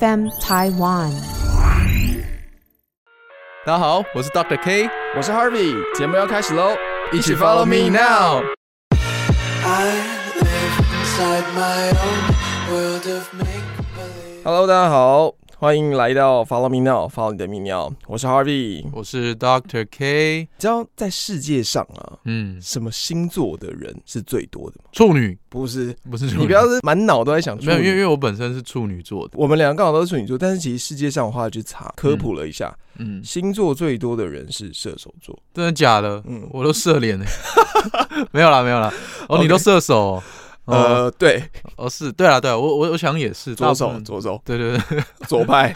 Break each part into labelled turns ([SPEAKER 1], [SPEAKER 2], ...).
[SPEAKER 1] FM Taiwan。
[SPEAKER 2] 大家好，我是 Dr. K，
[SPEAKER 3] 我是 Harvey，节目要开始喽，一
[SPEAKER 2] 一起 follow me now。
[SPEAKER 4] I live inside my own world of make believe.
[SPEAKER 3] Hello，大家好，欢迎来到 Follow Me Now，Follow 你的泌尿，我是 Harvey。
[SPEAKER 2] 我是 Dr. K，
[SPEAKER 3] 你知道在世界上啊，
[SPEAKER 2] 嗯，
[SPEAKER 3] 什么星座的人是最多的吗？
[SPEAKER 2] 处女
[SPEAKER 3] 不是，
[SPEAKER 2] 不是处女，
[SPEAKER 3] 你不要是满脑都在想处
[SPEAKER 2] 没有，因为因
[SPEAKER 3] 女。
[SPEAKER 2] 为我本身是处女座的，
[SPEAKER 3] 我们两个刚好都是处女座，但是其实世界上的话去查科普了一下，
[SPEAKER 2] 嗯，
[SPEAKER 3] 星座最多的人是射手座。
[SPEAKER 2] 真的假的？
[SPEAKER 3] 嗯
[SPEAKER 2] 我都射 脸了，没有啦，没有啦。哦，
[SPEAKER 3] OK
[SPEAKER 2] 你都射手哦？哦，
[SPEAKER 3] 呃，对，
[SPEAKER 2] 哦是，对啦，对啦，我我我想也是，大
[SPEAKER 3] 左
[SPEAKER 2] 部
[SPEAKER 3] 手
[SPEAKER 2] 分，
[SPEAKER 3] 左手，
[SPEAKER 2] 对对 对，
[SPEAKER 3] 左派，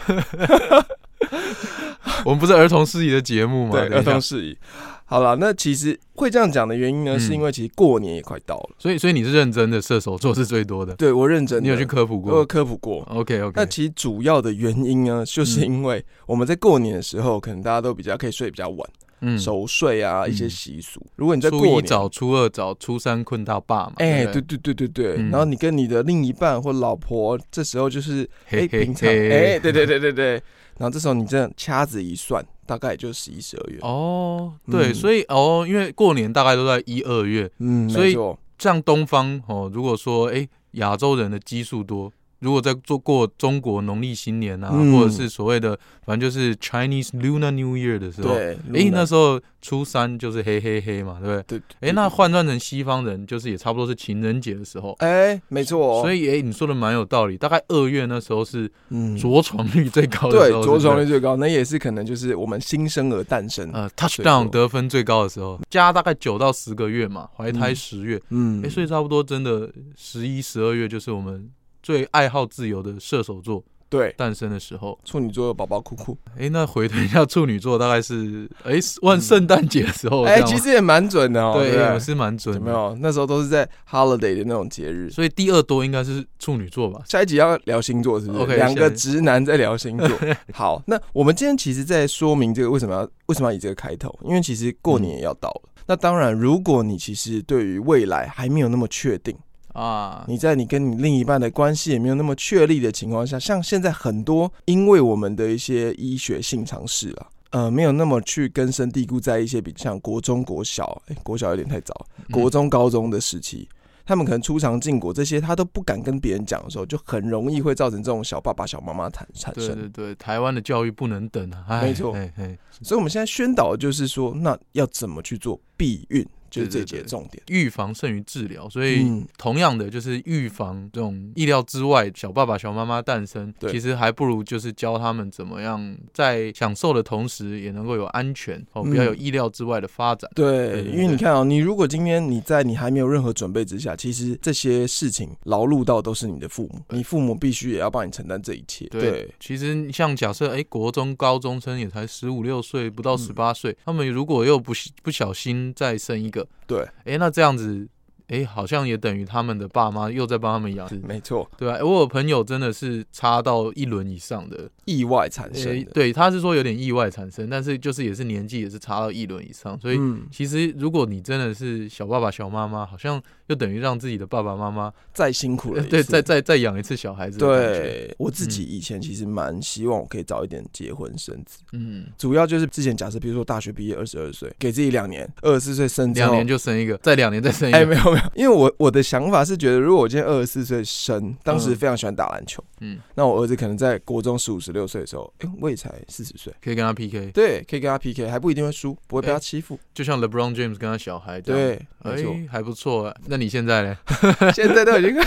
[SPEAKER 2] 我们不是儿童适宜的节目吗？
[SPEAKER 3] 对，
[SPEAKER 2] 等
[SPEAKER 3] 儿
[SPEAKER 2] 一下
[SPEAKER 3] 童事宜。好了，那其实会这样讲的原因呢，
[SPEAKER 2] 嗯
[SPEAKER 3] 是因为其实过年也快到了。
[SPEAKER 2] 所以所以你是认真的，射手座是最多的，
[SPEAKER 3] 对我认真的，
[SPEAKER 2] 你有去科普
[SPEAKER 3] 我有
[SPEAKER 2] 过
[SPEAKER 3] 科普过。
[SPEAKER 2] ？OK
[SPEAKER 3] 那
[SPEAKER 2] OK，
[SPEAKER 3] 其实主要的原因呢，就是
[SPEAKER 2] 嗯
[SPEAKER 3] 因为我们在过年的时候，可能大家都比较可以睡比较晚，
[SPEAKER 2] 嗯
[SPEAKER 3] 熟睡啊，
[SPEAKER 2] 嗯
[SPEAKER 3] 一些习俗。如果你在
[SPEAKER 2] 初一
[SPEAKER 3] 过
[SPEAKER 2] 早，
[SPEAKER 3] 年，
[SPEAKER 2] 初二早，初三困到爸嘛。
[SPEAKER 3] 哎，
[SPEAKER 2] 不
[SPEAKER 3] 对，对对对对，
[SPEAKER 2] 嗯
[SPEAKER 3] 然后你跟你的另一半或老婆，这时候就是
[SPEAKER 2] 嘿
[SPEAKER 3] 哎
[SPEAKER 2] 嘿
[SPEAKER 3] 平常
[SPEAKER 2] 嘿
[SPEAKER 3] 哎，对对对对对，然后这时候你这样掐指一算，大概也就十一十二月，
[SPEAKER 2] 哦，对，
[SPEAKER 3] 嗯
[SPEAKER 2] 所以哦，因为过年大概都在一二月，
[SPEAKER 3] 嗯，
[SPEAKER 2] 所以
[SPEAKER 3] 没错
[SPEAKER 2] 像东方哦，如果说哎亚洲人的基数多，如果在做过中国农历新年啊，
[SPEAKER 3] 嗯
[SPEAKER 2] 或者是所谓的反正就是 Chinese Lunar New Year 的时候，
[SPEAKER 3] 对，
[SPEAKER 2] 哎那
[SPEAKER 3] 候
[SPEAKER 2] 时候初三就是嘿嘿嘿嘛，对不对？
[SPEAKER 3] 对，
[SPEAKER 2] 哎，那换算成西方人，就是也差不多是情人节的时候。
[SPEAKER 3] 哎没错，
[SPEAKER 2] 所
[SPEAKER 3] 以
[SPEAKER 2] 以，哎、你说的蛮有道理。大概二月那时候是
[SPEAKER 3] 嗯
[SPEAKER 2] 着床率最高的
[SPEAKER 3] 对
[SPEAKER 2] 时候，
[SPEAKER 3] 着床率
[SPEAKER 2] 率
[SPEAKER 3] 最高，那也是可能就是我们新生儿诞生，
[SPEAKER 2] 呃
[SPEAKER 3] 最
[SPEAKER 2] touchdown
[SPEAKER 3] 多
[SPEAKER 2] 得分最高的时候，加大概九到十个月嘛，怀胎
[SPEAKER 3] 嗯
[SPEAKER 2] 十月，
[SPEAKER 3] 嗯
[SPEAKER 2] 哎、所以差不多真的十一、十二月就是我们最爱好自由的射手座
[SPEAKER 3] 对。
[SPEAKER 2] 诞生的时候。
[SPEAKER 3] 处女座的宝宝哭哭，
[SPEAKER 2] 哎、那回推一下处女座，大概是哎、万圣诞节的时候。哦
[SPEAKER 3] 哎、
[SPEAKER 2] 这样吗
[SPEAKER 3] 嗯其实也蛮准的哦。
[SPEAKER 2] 对，
[SPEAKER 3] 不
[SPEAKER 2] 诶我是蛮准
[SPEAKER 3] 有
[SPEAKER 2] 的。
[SPEAKER 3] 没？有？那时候都是在 holiday 的那种节日。
[SPEAKER 2] 所以第二多应该是处女座吧？
[SPEAKER 3] 下一集要聊星座，是不是？
[SPEAKER 2] OK，
[SPEAKER 3] 两
[SPEAKER 2] 下
[SPEAKER 3] 个
[SPEAKER 2] 一集
[SPEAKER 3] 直男在聊星座。 好，那我们今天其实，在说明这个为什么要为什么要以这个开头，因为其实过年也要到了。那当然，如果你其实对于未来还没有那么确定，
[SPEAKER 2] 啊，
[SPEAKER 3] 你在你跟你另一半的关系也没有那么确立的情况下，像现在很多因为我们的一些医学性常识啊，呃，没有那么去根深蒂固在一些比像国中、国小，哎、国小有点太早，
[SPEAKER 2] 嗯
[SPEAKER 3] 国中、高中的时期。他们可能出场禁果这些，他都不敢跟别人讲的时候，就很容易会造成这种小爸爸、小妈妈产产
[SPEAKER 2] 对
[SPEAKER 3] 生。
[SPEAKER 2] 对对，台湾的教育不能等啊。唉
[SPEAKER 3] 没错
[SPEAKER 2] 哎哎，
[SPEAKER 3] 所以，我们现在宣导的就是说，那要怎么去做避孕，就是这
[SPEAKER 2] 对对
[SPEAKER 3] 一节
[SPEAKER 2] 对
[SPEAKER 3] 重点。
[SPEAKER 2] 预防胜于治疗，所以。
[SPEAKER 3] 嗯，
[SPEAKER 2] 同样的，就是预防这种意料之外小爸爸、小妈妈诞生，
[SPEAKER 3] 对
[SPEAKER 2] 其实还不如就是教他们怎么样在享受的同时，也能够有安全哦，
[SPEAKER 3] 嗯
[SPEAKER 2] 不要有意料之外的发展。
[SPEAKER 3] 对，
[SPEAKER 2] 对
[SPEAKER 3] 因为你看哦，你如果今天你在你还没有任何准备之下，其实这些事情劳碌到都是你的父母，
[SPEAKER 2] 对
[SPEAKER 3] 你父母必须也要帮你承担这一切。
[SPEAKER 2] 对，其实像假设，哎、国中高中生也才十五六岁，不到
[SPEAKER 3] 嗯
[SPEAKER 2] 十八岁，他们如果又不小不小心再生一个，
[SPEAKER 3] 对
[SPEAKER 2] 哎、那这样子，哎、好像也等于他们的爸妈又在帮他们养子，
[SPEAKER 3] 没错，
[SPEAKER 2] 对啊，诶我有朋友真的是差到一轮以上的，
[SPEAKER 3] 意外产生
[SPEAKER 2] 诶
[SPEAKER 3] 的。
[SPEAKER 2] 对，他是说有点意外产生，但是就是也是年纪也是差到一轮以上，所以
[SPEAKER 3] 嗯，
[SPEAKER 2] 其实如果你真的是小爸爸小妈妈，好像又等于让自己的爸爸妈妈
[SPEAKER 3] 再辛苦了一次，
[SPEAKER 2] 呃对再再再养一次小孩子的感觉，嗯
[SPEAKER 3] 对我自己以前其实蛮希望我可以早一点结婚生子，
[SPEAKER 2] 嗯，
[SPEAKER 3] 主要就是之前假设，比如说大学毕业二十二岁，给自己两年，二十四岁生之
[SPEAKER 2] 两
[SPEAKER 3] 后
[SPEAKER 2] 年就生一个，再两年再生一个，
[SPEAKER 3] 哎、没有没有，因为我我的想法是觉得，如果我今天二十四岁生，当时
[SPEAKER 2] 嗯
[SPEAKER 3] 非常喜欢打篮球，
[SPEAKER 2] 嗯
[SPEAKER 3] 嗯，那我儿子可能在国中十五十六岁的时候，哎、我也才四十岁，
[SPEAKER 2] 可以跟他 PK，
[SPEAKER 3] 对，可以跟他 PK，还不一定会输，不会被他欺负，
[SPEAKER 2] 就像 LeBron James 跟他小孩这样，
[SPEAKER 3] 对，
[SPEAKER 2] 哎、
[SPEAKER 3] 没错，
[SPEAKER 2] 还不错、啊。那你现在呢？
[SPEAKER 3] 现在都已经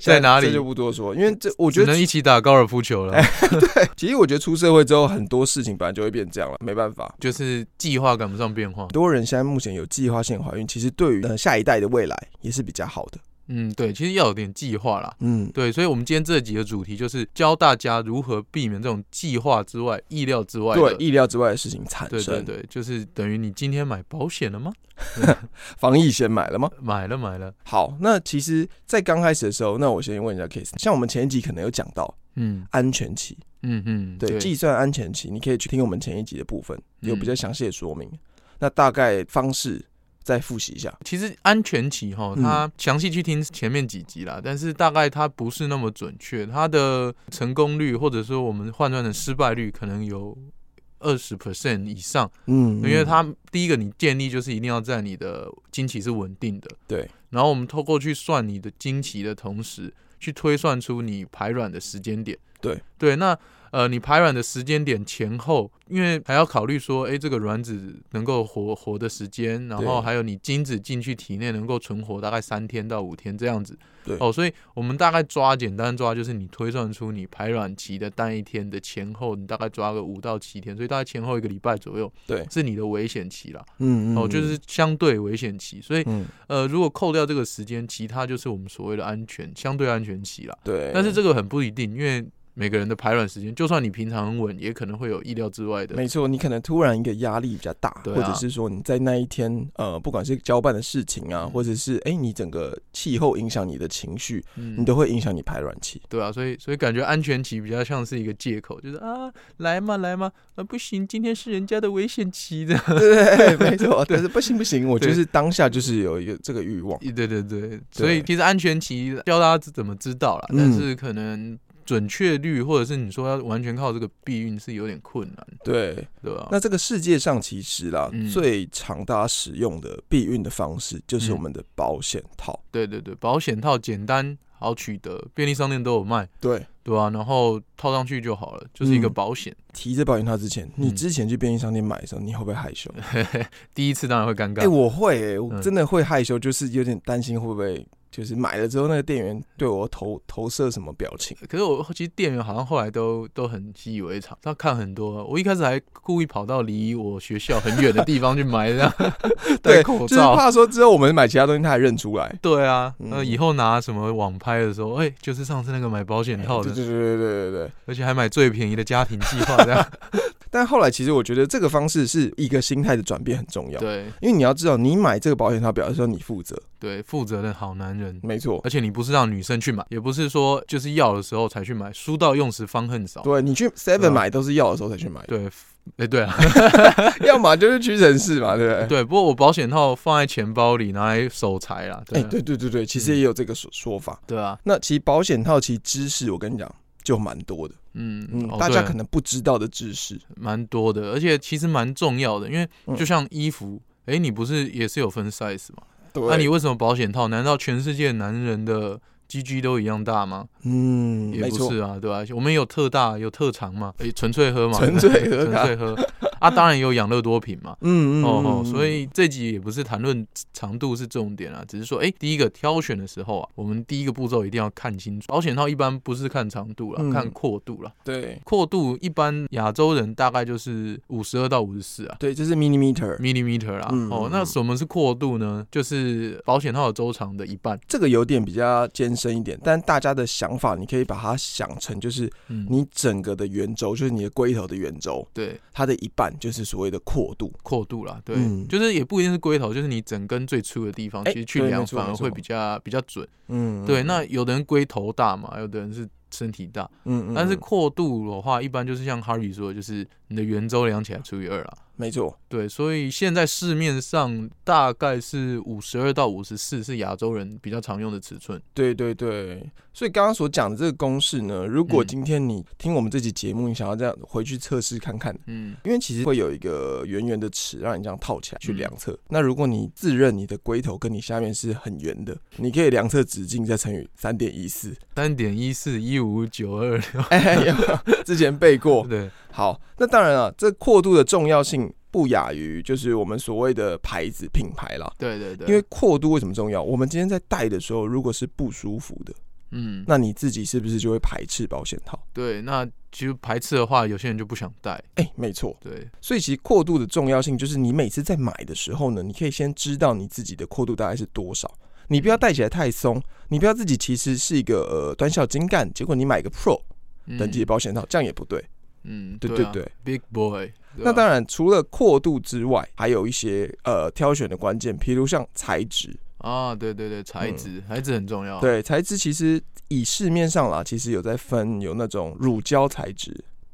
[SPEAKER 3] 现
[SPEAKER 2] 在哪里
[SPEAKER 3] 这就不多说，因为这我觉
[SPEAKER 2] 只
[SPEAKER 3] 得哎
[SPEAKER 2] 能一起打高尔夫球了，
[SPEAKER 3] 其实我觉得出社会之后，很多事情本来就会变这样了，没办法。
[SPEAKER 2] 就是计划赶不上变化
[SPEAKER 3] 很。多人现在目前有计划性怀孕，其实对于呃下一代的未来也是比较好的。
[SPEAKER 2] 嗯，对，其实要有点计划啦。
[SPEAKER 3] 嗯，
[SPEAKER 2] 对，所以，我们今天这集的主题就是教大家如何避免这种计划之外、意料之外
[SPEAKER 3] 对
[SPEAKER 2] 的。，
[SPEAKER 3] 意料之外的事情产
[SPEAKER 2] 对对
[SPEAKER 3] 生。
[SPEAKER 2] 对，就是等于你今天买保险了吗？
[SPEAKER 3] 防疫险买了吗？
[SPEAKER 2] 买了买了，
[SPEAKER 3] 好，那其实，在刚开始的时候，那我先问一下 Case，像我们前一集可能有讲到
[SPEAKER 2] 嗯
[SPEAKER 3] 安全期，
[SPEAKER 2] 嗯嗯，
[SPEAKER 3] 对，计算安全期，你可以去听我们前一集的部分，有比较详细的说明。那大概方式再复习一下，
[SPEAKER 2] 其实安全期哈，
[SPEAKER 3] 嗯
[SPEAKER 2] 它详细去听前面几集啦，但是大概它不是那么准确，它的成功率或者说我们换算的失败率可能有二十 percent 以上，
[SPEAKER 3] 嗯，
[SPEAKER 2] 因为
[SPEAKER 3] 嗯
[SPEAKER 2] 它第一个你建立就是一定要在你的经期是稳定的，
[SPEAKER 3] 对，
[SPEAKER 2] 然后我们透过去算你的经期的同时，去推算出你排卵的时间点。
[SPEAKER 3] 对
[SPEAKER 2] 对，那呃，你排卵的时间点前后，因为还要考虑说，哎，这个卵子能够活活的时间，然后
[SPEAKER 3] 对
[SPEAKER 2] 还有你精子进去体内能够存活大概三天到五天这样子。
[SPEAKER 3] 对
[SPEAKER 2] 哦，所以我们大概抓简单抓，就是你推算出你排卵期的单一天的前后，你大概抓个五到七天，所以大概前后一个礼拜左右，
[SPEAKER 3] 对
[SPEAKER 2] 是你的危险期啦。
[SPEAKER 3] 嗯
[SPEAKER 2] 哦，就是相对危险期，所以
[SPEAKER 3] 嗯，
[SPEAKER 2] 呃，如果扣掉这个时间，其他就是我们所谓的安全相对安全期啦。
[SPEAKER 3] 对，
[SPEAKER 2] 但是这个很不一定，因为每个人的排卵时间，就算你平常很稳，也可能会有意料之外的。
[SPEAKER 3] 没错，你可能突然一个压力比较大，
[SPEAKER 2] 对啊
[SPEAKER 3] 或者是说你在那一天，呃，不管是交办的事情啊，
[SPEAKER 2] 嗯
[SPEAKER 3] 或者是哎、你整个气候影响你的情绪，
[SPEAKER 2] 嗯
[SPEAKER 3] 你，都会影响你排卵 期。
[SPEAKER 2] 对啊，所以所以感觉安全期比较像是一个借口，就是啊，来嘛来嘛，啊不行，今天是人家的危险期的。
[SPEAKER 3] 对，没 错，但是不行不行，我
[SPEAKER 2] 对
[SPEAKER 3] 就是当下就是有一个这个欲望。
[SPEAKER 2] 对对对，所以其实安全期教大家怎么知道啦，
[SPEAKER 3] 嗯
[SPEAKER 2] 但是可能准确率或者是你说要完全靠这个避孕是有点困难，
[SPEAKER 3] 对，
[SPEAKER 2] 对啊吧？
[SPEAKER 3] 那这个世界上其实啦，
[SPEAKER 2] 嗯
[SPEAKER 3] 最常大家使用的避孕的方式就是我们的保险套。
[SPEAKER 2] 对对对，保险套简单好取得，便利商店都有卖，
[SPEAKER 3] 对，
[SPEAKER 2] 对啊，然后套上去就好了，就是一个
[SPEAKER 3] 嗯
[SPEAKER 2] 保险。
[SPEAKER 3] 提着保险套之前，你
[SPEAKER 2] 嗯
[SPEAKER 3] 之前去便利商店买的时候，你会不会害羞？
[SPEAKER 2] 第一次当然会尴尬，
[SPEAKER 3] 哎、我会、欸，我
[SPEAKER 2] 嗯
[SPEAKER 3] 真的会害羞，就是有点担心会不会就是买了之后那个店员对我投投射什么表情。
[SPEAKER 2] 可是我其实店员好像后来都都很习以为常，他看很多，啊我一开始还故意跑到离我学校很远的地方去买，这 样戴
[SPEAKER 3] 对，
[SPEAKER 2] 口
[SPEAKER 3] 就是
[SPEAKER 2] 罩。
[SPEAKER 3] 怕说之后我们买其他东西他还认出来。
[SPEAKER 2] 对啊，
[SPEAKER 3] 嗯
[SPEAKER 2] 呃，以后拿什么网拍的时候，哎、就是上次那个买保险套
[SPEAKER 3] 对
[SPEAKER 2] 的，
[SPEAKER 3] 对对对对对对。
[SPEAKER 2] 而且还买最便宜的家庭计划这 样。
[SPEAKER 3] 但后来其实我觉得这个方式是一个心态的转变很重要，
[SPEAKER 2] 对
[SPEAKER 3] 因为你要知道你买这个保险套表示说你负责，
[SPEAKER 2] 对，负责任好男人，
[SPEAKER 3] 没错。
[SPEAKER 2] 而且你不是让女生去买，也不是说就是要的时候才去买，书到用时方恨少。
[SPEAKER 3] 对你去
[SPEAKER 2] 哦对
[SPEAKER 3] Seven
[SPEAKER 2] 啊
[SPEAKER 3] 买都是要的时候才去买，
[SPEAKER 2] 对，哎、对啊，
[SPEAKER 3] 要么就是屈臣氏嘛，对不对？
[SPEAKER 2] 对。不过我保险套放在钱包里，拿来守财啦。对
[SPEAKER 3] 哎、
[SPEAKER 2] 啊
[SPEAKER 3] 对对对对，其实也有这个说说法。
[SPEAKER 2] 对啊，
[SPEAKER 3] 那其实保险套其实知识我跟你讲就蛮多的，
[SPEAKER 2] 嗯，
[SPEAKER 3] 嗯，
[SPEAKER 2] 哦
[SPEAKER 3] 大家
[SPEAKER 2] 对
[SPEAKER 3] 可能不知道的知识，
[SPEAKER 2] 蛮多的，而且其实蛮重要的，因为
[SPEAKER 3] 嗯
[SPEAKER 2] 就像衣服，哎、你不是也是有分 size 吗？
[SPEAKER 3] 对，
[SPEAKER 2] 那、你为什么保险套？难道全世界男人的？鸡鸡都一样大吗？
[SPEAKER 3] 嗯，
[SPEAKER 2] 也
[SPEAKER 3] 没
[SPEAKER 2] 不
[SPEAKER 3] 错
[SPEAKER 2] 是，啊，对吧、我们有特大，有特长嘛，诶纯粹喝嘛，
[SPEAKER 3] 纯粹喝
[SPEAKER 2] 纯粹喝啊，当然也有养乐多品嘛，
[SPEAKER 3] 嗯嗯，
[SPEAKER 2] 哦哦，
[SPEAKER 3] 嗯
[SPEAKER 2] 所以这集也不是谈论长度是重点啊，只是说，哎、第一个挑选的时候啊，我们第一个步骤一定要看清楚。保险套一般不是看长度啦，
[SPEAKER 3] 嗯
[SPEAKER 2] 看阔度啦。
[SPEAKER 3] 对
[SPEAKER 2] 阔度一般亚洲人大概就是五十二到五十四啊
[SPEAKER 3] 对，这是 millimeter，
[SPEAKER 2] ，millimeter 啦。
[SPEAKER 3] 嗯
[SPEAKER 2] 哦，那什么是阔度呢？就是保险套的周长的一半。
[SPEAKER 3] 这个有点比较艰深一点，但大家的想法你可以把它想成就是
[SPEAKER 2] 嗯，
[SPEAKER 3] 你整个的圆周，就是你的龟头的圆周，
[SPEAKER 2] 对
[SPEAKER 3] 它的一半就是所谓的阔度，
[SPEAKER 2] 阔度啦，对，
[SPEAKER 3] 嗯
[SPEAKER 2] 就是也不一定是龟头，就是你整根最粗的地方，
[SPEAKER 3] 哎
[SPEAKER 2] 其实去
[SPEAKER 3] 对
[SPEAKER 2] 量
[SPEAKER 3] 没错
[SPEAKER 2] 反而
[SPEAKER 3] 没错
[SPEAKER 2] 会比较比较准。
[SPEAKER 3] 嗯，
[SPEAKER 2] 对，那有的人龟头大嘛，有的人是身体大。
[SPEAKER 3] 嗯嗯，
[SPEAKER 2] 但是
[SPEAKER 3] 嗯
[SPEAKER 2] 阔度的话，一般就是像 Harvey 说的，就是你的圆周量起来除以二啦。啊
[SPEAKER 3] 没错，
[SPEAKER 2] 对，所以现在市面上大概是五十二到五十四是亚洲人比较常用的尺寸。
[SPEAKER 3] 对对对，所以刚刚所讲的这个公式呢，如果
[SPEAKER 2] 嗯
[SPEAKER 3] 今天你听我们这期节目，你想要这样回去测试看看，
[SPEAKER 2] 嗯，
[SPEAKER 3] 因为其实会有一个圆圆的尺让你这样套起来去
[SPEAKER 2] 嗯
[SPEAKER 3] 量测。那如果你自认你的龟头跟你下面是很圆的，你可以量测直径再乘以三点一四。
[SPEAKER 2] 三点一四一五九二六，
[SPEAKER 3] 哎，有没有 之前背 过。
[SPEAKER 2] 对，
[SPEAKER 3] 好，那当然了，这阔度的重要性不亚于就是我们所谓的牌子品牌啦。
[SPEAKER 2] 对对对，
[SPEAKER 3] 因为阔度为什么重要？我们今天在戴的时候，如果是不舒服的，
[SPEAKER 2] 嗯，
[SPEAKER 3] 那你自己是不是就会排斥保险套？
[SPEAKER 2] 对，那其实排斥的话，有些人就不想戴。
[SPEAKER 3] 哎、没错。
[SPEAKER 2] 对，
[SPEAKER 3] 所以其实阔度的重要性就是你每次在买的时候呢，你可以先知道你自己的阔度大概是多少，你不要戴起来太松，你不要自己其实是一个呃短小精干，结果你买个 Pro
[SPEAKER 2] 嗯
[SPEAKER 3] 等级的保险套，这样也不对。
[SPEAKER 2] 嗯，
[SPEAKER 3] 对
[SPEAKER 2] 啊
[SPEAKER 3] 对对
[SPEAKER 2] ，Big Boy，对啊
[SPEAKER 3] 那
[SPEAKER 2] 吧
[SPEAKER 3] 当然，除了阔度之外，还有一些呃挑选的关键，譬如像材质。
[SPEAKER 2] 啊，对对对，材
[SPEAKER 3] 嗯
[SPEAKER 2] 质，材质很重要，，
[SPEAKER 3] 对，材质其实以市面上啦，其实有在分有那种乳胶材质，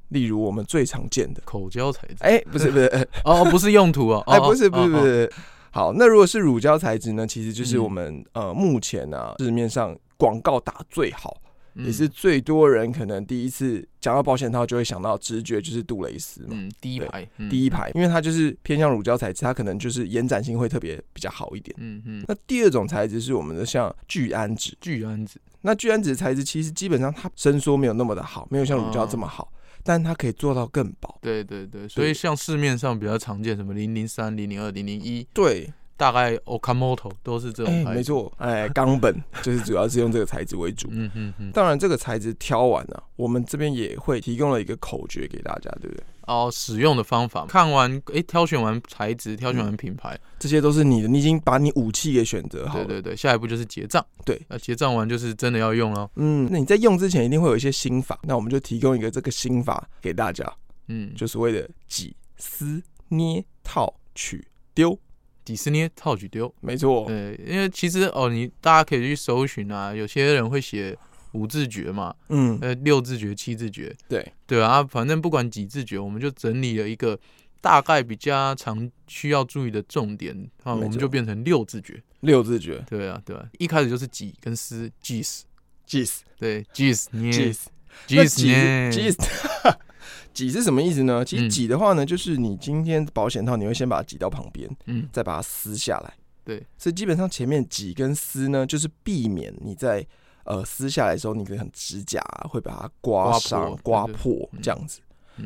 [SPEAKER 3] 例如我们最常见的。
[SPEAKER 2] 口交材质，
[SPEAKER 3] 哎、不是不是，
[SPEAKER 2] 哦，不是用途哦，
[SPEAKER 3] 哎、
[SPEAKER 2] 哦
[SPEAKER 3] 不是不是不，
[SPEAKER 2] 哦哦
[SPEAKER 3] 是。好，那如果是乳胶材质呢，其实就是
[SPEAKER 2] 嗯
[SPEAKER 3] 我们、呃目前啊市面上广告打最好，
[SPEAKER 2] 嗯
[SPEAKER 3] 也是最多人可能第一次讲到保险套就会想到直觉就是杜蕾斯嘛，
[SPEAKER 2] 嗯，第一
[SPEAKER 3] 对
[SPEAKER 2] 排，嗯
[SPEAKER 3] 第一排，因为它就是偏向乳胶材质，它可能就是延展性会特别比较好一点。
[SPEAKER 2] 嗯嗯，
[SPEAKER 3] 那第二种材质是我们的像聚氨酯，
[SPEAKER 2] 聚氨酯，
[SPEAKER 3] 那聚氨酯材质其实基本上它伸缩没有那么的好，没有像乳胶
[SPEAKER 2] 哦
[SPEAKER 3] 这么好，但它可以做到更薄。
[SPEAKER 2] 对对对，所以
[SPEAKER 3] 对
[SPEAKER 2] 像市面上比较常见什么零零三、零零二、零零一，
[SPEAKER 3] 对，
[SPEAKER 2] 大概 Okamoto 都是这
[SPEAKER 3] 哎、
[SPEAKER 2] 种牌
[SPEAKER 3] 没
[SPEAKER 2] 子，
[SPEAKER 3] 错，哎，冈本就是主要是用这个材质为主。
[SPEAKER 2] 嗯嗯嗯，
[SPEAKER 3] 当然，这个材质挑完了、我们这边也会提供了一个口诀给大家，对不对？
[SPEAKER 2] 哦，使用的方法，看完，哎，挑选完材质，挑
[SPEAKER 3] 嗯
[SPEAKER 2] 选完品牌，
[SPEAKER 3] 这些都是你的，你已经把你武器给选择好
[SPEAKER 2] 对
[SPEAKER 3] 了。
[SPEAKER 2] 对对，下一步就是结账，
[SPEAKER 3] 对，
[SPEAKER 2] 那结账完就是真的要用了，
[SPEAKER 3] 嗯，那你在用之前一定会有一些心法，那我们就提供一个这个心法给大家，
[SPEAKER 2] 嗯，
[SPEAKER 3] 就所谓的挤、撕、捏、套、取、丢。
[SPEAKER 2] 几十捏套举丢，
[SPEAKER 3] 没错，
[SPEAKER 2] 对，因为其实哦，你大家可以去搜寻啊，有些人会写五字诀嘛，
[SPEAKER 3] 嗯，
[SPEAKER 2] 呃，六字诀、七字诀，
[SPEAKER 3] 对，
[SPEAKER 2] 对啊，反正不管几字诀，我们就整理了一个大概比较常需要注意的重点啊，
[SPEAKER 3] 没
[SPEAKER 2] 我
[SPEAKER 3] 错
[SPEAKER 2] 们就变成六字诀，
[SPEAKER 3] 六字诀
[SPEAKER 2] 对啊，对啊，一开始就是几跟思，gis，
[SPEAKER 3] ，jis
[SPEAKER 2] 对，gis 捏
[SPEAKER 3] jis。
[SPEAKER 2] ，gis 捏
[SPEAKER 3] 挤是挤是什么意思呢？其实
[SPEAKER 2] 嗯
[SPEAKER 3] 挤的话呢，就是你今天保险套，你会先把它挤到旁边，
[SPEAKER 2] 嗯
[SPEAKER 3] 再把它撕下来。
[SPEAKER 2] 对，
[SPEAKER 3] 所以基本上前面挤跟撕呢，就是避免你在呃撕下来的时候，你可能指甲啊会把它刮
[SPEAKER 2] 刮
[SPEAKER 3] 伤
[SPEAKER 2] 破、
[SPEAKER 3] 刮
[SPEAKER 2] 对对
[SPEAKER 3] 破
[SPEAKER 2] 嗯
[SPEAKER 3] 这样子。
[SPEAKER 2] 嗯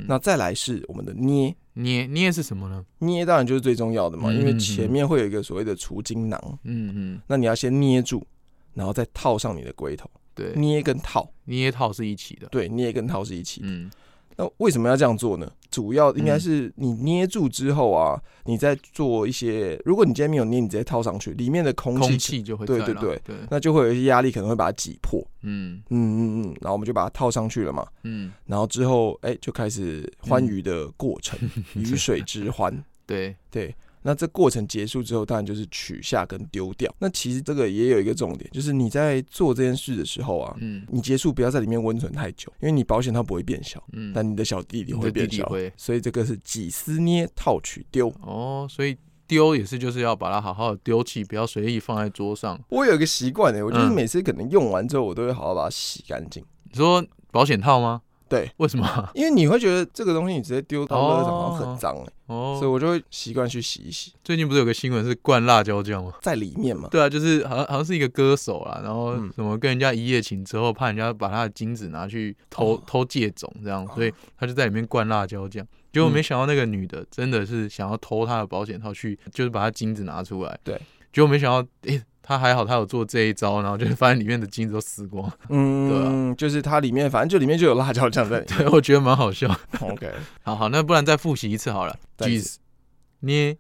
[SPEAKER 3] 那再来是我们的捏，
[SPEAKER 2] 捏捏是什么呢？
[SPEAKER 3] 捏当然就是最重要的嘛，因为
[SPEAKER 2] 嗯
[SPEAKER 3] 前面会有一个所谓的除精囊，
[SPEAKER 2] 嗯嗯，
[SPEAKER 3] 那你要先捏住，然后再套上你的龟头。
[SPEAKER 2] 对，
[SPEAKER 3] 捏跟套，
[SPEAKER 2] 捏套是一起的，
[SPEAKER 3] 对，捏跟套是一起的。
[SPEAKER 2] 嗯
[SPEAKER 3] 那为什么要这样做呢？主要应该是你捏住之后啊，你再做一些，如果你今天没有捏，你直接套上去，里面的空气，
[SPEAKER 2] 空气就会在
[SPEAKER 3] 对
[SPEAKER 2] 了，
[SPEAKER 3] 对对
[SPEAKER 2] 对，
[SPEAKER 3] 那就会有一些压力，可能会把它挤破。
[SPEAKER 2] 嗯
[SPEAKER 3] 嗯嗯嗯，然后我们就把它套上去了嘛。
[SPEAKER 2] 嗯，
[SPEAKER 3] 然后之后，哎、就开始欢愉的 过程，鱼水之欢。
[SPEAKER 2] 对，
[SPEAKER 3] 对，那这过程结束之后，当然就是取下跟丢掉。那其实这个也有一个重点，就是你在做这件事的时候啊，
[SPEAKER 2] 嗯
[SPEAKER 3] 你结束不要在里面温存太久，因为你保险它不会变小。
[SPEAKER 2] 嗯，
[SPEAKER 3] 但你的小弟弟
[SPEAKER 2] 你
[SPEAKER 3] 会
[SPEAKER 2] 的
[SPEAKER 3] 变
[SPEAKER 2] 弟弟
[SPEAKER 3] 小，
[SPEAKER 2] 会
[SPEAKER 3] 所以这个是挤撕捏套取丢。
[SPEAKER 2] 哦，所以丢也是就是要把它好好的丢弃，不要随意放在桌上。
[SPEAKER 3] 我有一个习惯欸呢，我就是
[SPEAKER 2] 嗯
[SPEAKER 3] 每次可能用完之后，我都会好好把它洗干净，
[SPEAKER 2] 你说保险套吗？
[SPEAKER 3] 对，
[SPEAKER 2] 为什么啊？
[SPEAKER 3] 因为你会觉得这个东西你直接丢到垃圾场好像很脏哎，所以
[SPEAKER 2] 哦，
[SPEAKER 3] 我就会习惯去洗一洗，
[SPEAKER 2] 最近不是有个新闻是灌辣椒酱 吗？
[SPEAKER 3] 在里面嘛。
[SPEAKER 2] 对啊，就是好像好像是一个歌手啦，然后
[SPEAKER 3] 嗯
[SPEAKER 2] 什么跟人家一夜情之后，怕人家把他的精子拿去偷、
[SPEAKER 3] 哦
[SPEAKER 2] 偷借种这样，所以他就在里面灌辣椒酱。结果没想到那个女的真的是想要偷他的保险套去，就是把他精子拿出来。
[SPEAKER 3] 对，
[SPEAKER 2] 结果没想到，诶、他还好，他有做这一招，然后就发现里面的精子都死光。
[SPEAKER 3] 嗯，就是它里面，反正就里面就有辣椒酱在里面。
[SPEAKER 2] 对，我觉得蛮好笑。
[SPEAKER 3] OK，
[SPEAKER 2] 好好，那不然再复习一次好了。
[SPEAKER 3] 再一
[SPEAKER 2] Jeez，捏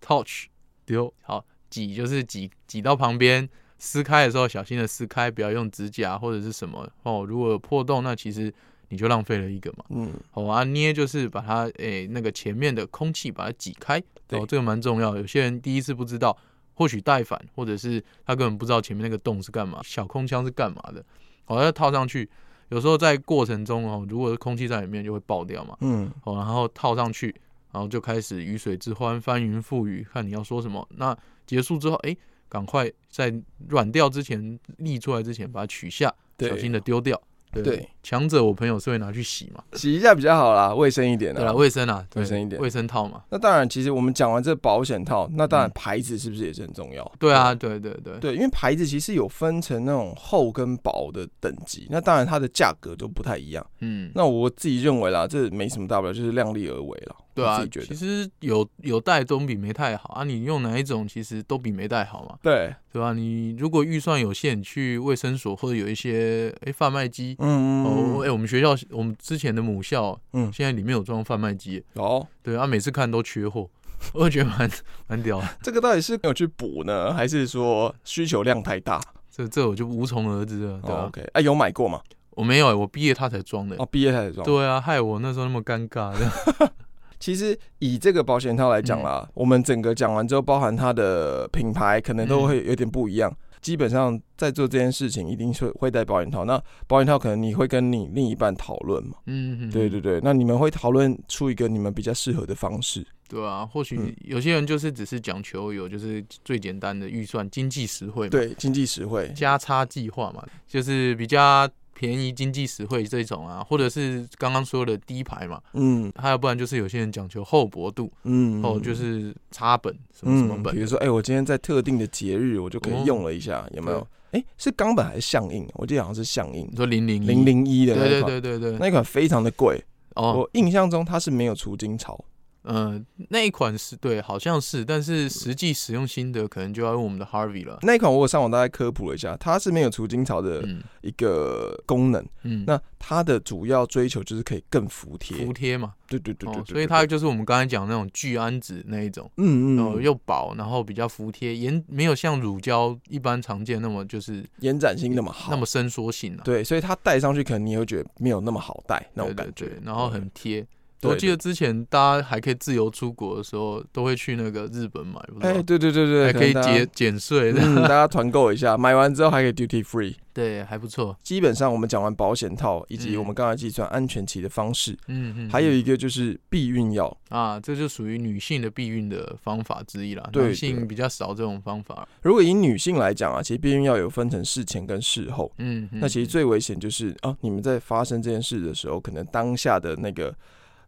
[SPEAKER 2] ，touch，丢，好，挤就是挤挤到旁边，撕开的时候小心的撕开，不要用指甲或者是什么哦。如果有破洞，那其实你就浪费了一个嘛。
[SPEAKER 3] 嗯，
[SPEAKER 2] 好、啊，捏就是把它诶、那个前面的空气把它挤开，
[SPEAKER 3] 对
[SPEAKER 2] 哦，这个蛮重要的。有些人第一次不知道，或许带反，或者是他根本不知道前面那个洞是干嘛，小空腔是干嘛的，好、要套上去。有时候在过程中哦，如果空气在里面就会爆掉嘛，
[SPEAKER 3] 嗯，
[SPEAKER 2] 哦，然后套上去，然后就开始鱼水之欢，翻云覆雨，看你要说什么。那结束之后，哎，赶快在软掉之前、沥出来之前把它取下，
[SPEAKER 3] 对
[SPEAKER 2] 小心的丢掉。对，
[SPEAKER 3] 对
[SPEAKER 2] 强者我朋友是会拿去洗嘛，
[SPEAKER 3] 洗一下比较好啦，卫生一点
[SPEAKER 2] 对啦，
[SPEAKER 3] 啦。
[SPEAKER 2] 卫生啊，对
[SPEAKER 3] 卫生一点
[SPEAKER 2] 卫生套嘛。
[SPEAKER 3] 那当然，其实我们讲完这保险套，那当然
[SPEAKER 2] 嗯
[SPEAKER 3] 牌子是不是也是很重要？
[SPEAKER 2] 对啊，对对对，
[SPEAKER 3] 对，因为牌子其实有分成那种厚跟薄的等级，那当然它的价格都不太一样。
[SPEAKER 2] 嗯，
[SPEAKER 3] 那我自己认为啦，这没什么大不了，就是量力而为了。
[SPEAKER 2] 对
[SPEAKER 3] 我
[SPEAKER 2] 啊，
[SPEAKER 3] 自己觉
[SPEAKER 2] 其
[SPEAKER 3] 得。
[SPEAKER 2] 实有有带总比没带好啊。你用哪一种，其实都比没带好嘛，
[SPEAKER 3] 对，
[SPEAKER 2] 对吧、你如果预算有限，你去卫生所或者有一些哎贩卖机，
[SPEAKER 3] 嗯
[SPEAKER 2] 哦，哎、
[SPEAKER 3] 嗯
[SPEAKER 2] 我们学校我们之前的母校，
[SPEAKER 3] 嗯
[SPEAKER 2] 现在里面有装贩卖机，
[SPEAKER 3] 哦，
[SPEAKER 2] 对啊，每次看都缺货， 我也觉得蛮蛮屌的。
[SPEAKER 3] 这个到底是没有去补呢，还是说需求量太大？
[SPEAKER 2] 这这我就无从而知了，对吧、
[SPEAKER 3] 哦、OK，哎、有买过吗？
[SPEAKER 2] 我没有、欸我毕业他才装的、
[SPEAKER 3] 哦，毕业才装。
[SPEAKER 2] 对啊，害我那时候那么尴尬。这样
[SPEAKER 3] 其实以这个保险套来讲啦，我们整个讲完之后，包含它的品牌，可能都会有点不一样。基本上在做这件事情，一定是会戴保险套。那保险套可能你会跟你另一半讨论嘛？
[SPEAKER 2] 嗯，
[SPEAKER 3] 对对对，那你们会讨论出一个你们比较适合的方式。
[SPEAKER 2] 对啊，或许
[SPEAKER 3] 嗯
[SPEAKER 2] 有些人就是只是讲求有就是最简单的预算，经济实惠嘛，，
[SPEAKER 3] 对，经济实惠。
[SPEAKER 2] 加差计划嘛，就是比较便宜、经济实惠这种啊，或者是刚刚说的低排嘛，
[SPEAKER 3] 嗯
[SPEAKER 2] 还有不然就是有些人讲求厚薄度，
[SPEAKER 3] 嗯
[SPEAKER 2] 哦，就是差本什么什么
[SPEAKER 3] 比
[SPEAKER 2] 本
[SPEAKER 3] 如，说，哎、我今天在特定的节日，我就
[SPEAKER 2] 哦
[SPEAKER 3] 可以用了一下，有没有？哎、是冈本还是相印？我记得好像是相印
[SPEAKER 2] 你，说零零
[SPEAKER 3] 零，零一的
[SPEAKER 2] 对
[SPEAKER 3] 那一
[SPEAKER 2] 对
[SPEAKER 3] 款，
[SPEAKER 2] 对对对，
[SPEAKER 3] 那一款非常的贵。
[SPEAKER 2] 哦，
[SPEAKER 3] 我印象中它是没有除金槽，
[SPEAKER 2] 嗯，那一款是对，好像是，但是实际使用心得可能就要用我们的 Harvey 了，
[SPEAKER 3] 那一款我有上网大概科普了一下，它是没有除金槽的
[SPEAKER 2] 嗯
[SPEAKER 3] 一个功能。
[SPEAKER 2] 嗯，
[SPEAKER 3] 那它的主要追求就是可以更服帖，
[SPEAKER 2] 服帖嘛，
[SPEAKER 3] 对对对对
[SPEAKER 2] 哦
[SPEAKER 3] 对，
[SPEAKER 2] 所以
[SPEAKER 3] 对
[SPEAKER 2] 它就是我们刚才讲的那种聚氨酯那一种。
[SPEAKER 3] 嗯
[SPEAKER 2] 然后
[SPEAKER 3] 嗯，
[SPEAKER 2] 又薄，然后比较服帖，延没有像乳胶一般常见那么就是
[SPEAKER 3] 延展性那么好，
[SPEAKER 2] 那么伸缩性啊，
[SPEAKER 3] 对，所以它戴上去可能你会觉得没有那么好戴那
[SPEAKER 2] 对
[SPEAKER 3] 种
[SPEAKER 2] 对
[SPEAKER 3] 感
[SPEAKER 2] 对
[SPEAKER 3] 觉，，
[SPEAKER 2] 然后很贴。
[SPEAKER 3] 对
[SPEAKER 2] 我记
[SPEAKER 3] 对
[SPEAKER 2] 得之前大家还可以自由出国的时候，都会去那个日本买，不
[SPEAKER 3] 哎，
[SPEAKER 2] 是吗？
[SPEAKER 3] 对对对对，
[SPEAKER 2] 还可以
[SPEAKER 3] 能大家
[SPEAKER 2] 减减税的，
[SPEAKER 3] 嗯，大家团购一 下，买完之后还可以 duty free。
[SPEAKER 2] 对，还不错。
[SPEAKER 3] 基本上我们讲完保险套以及
[SPEAKER 2] 嗯
[SPEAKER 3] 我们刚才计算安全期的方式，
[SPEAKER 2] 嗯嗯，
[SPEAKER 3] 还有一个就是避孕药，
[SPEAKER 2] 啊，这就属于女性的避孕的方法之一啦。
[SPEAKER 3] 对
[SPEAKER 2] 男
[SPEAKER 3] 对
[SPEAKER 2] 性比较少这种方法。
[SPEAKER 3] 如果以女性来讲啊，其实避孕药有分成事前跟事后。
[SPEAKER 2] 嗯，
[SPEAKER 3] 那其实最危险就是啊，你们在发生这件事的时候，可能当下的那个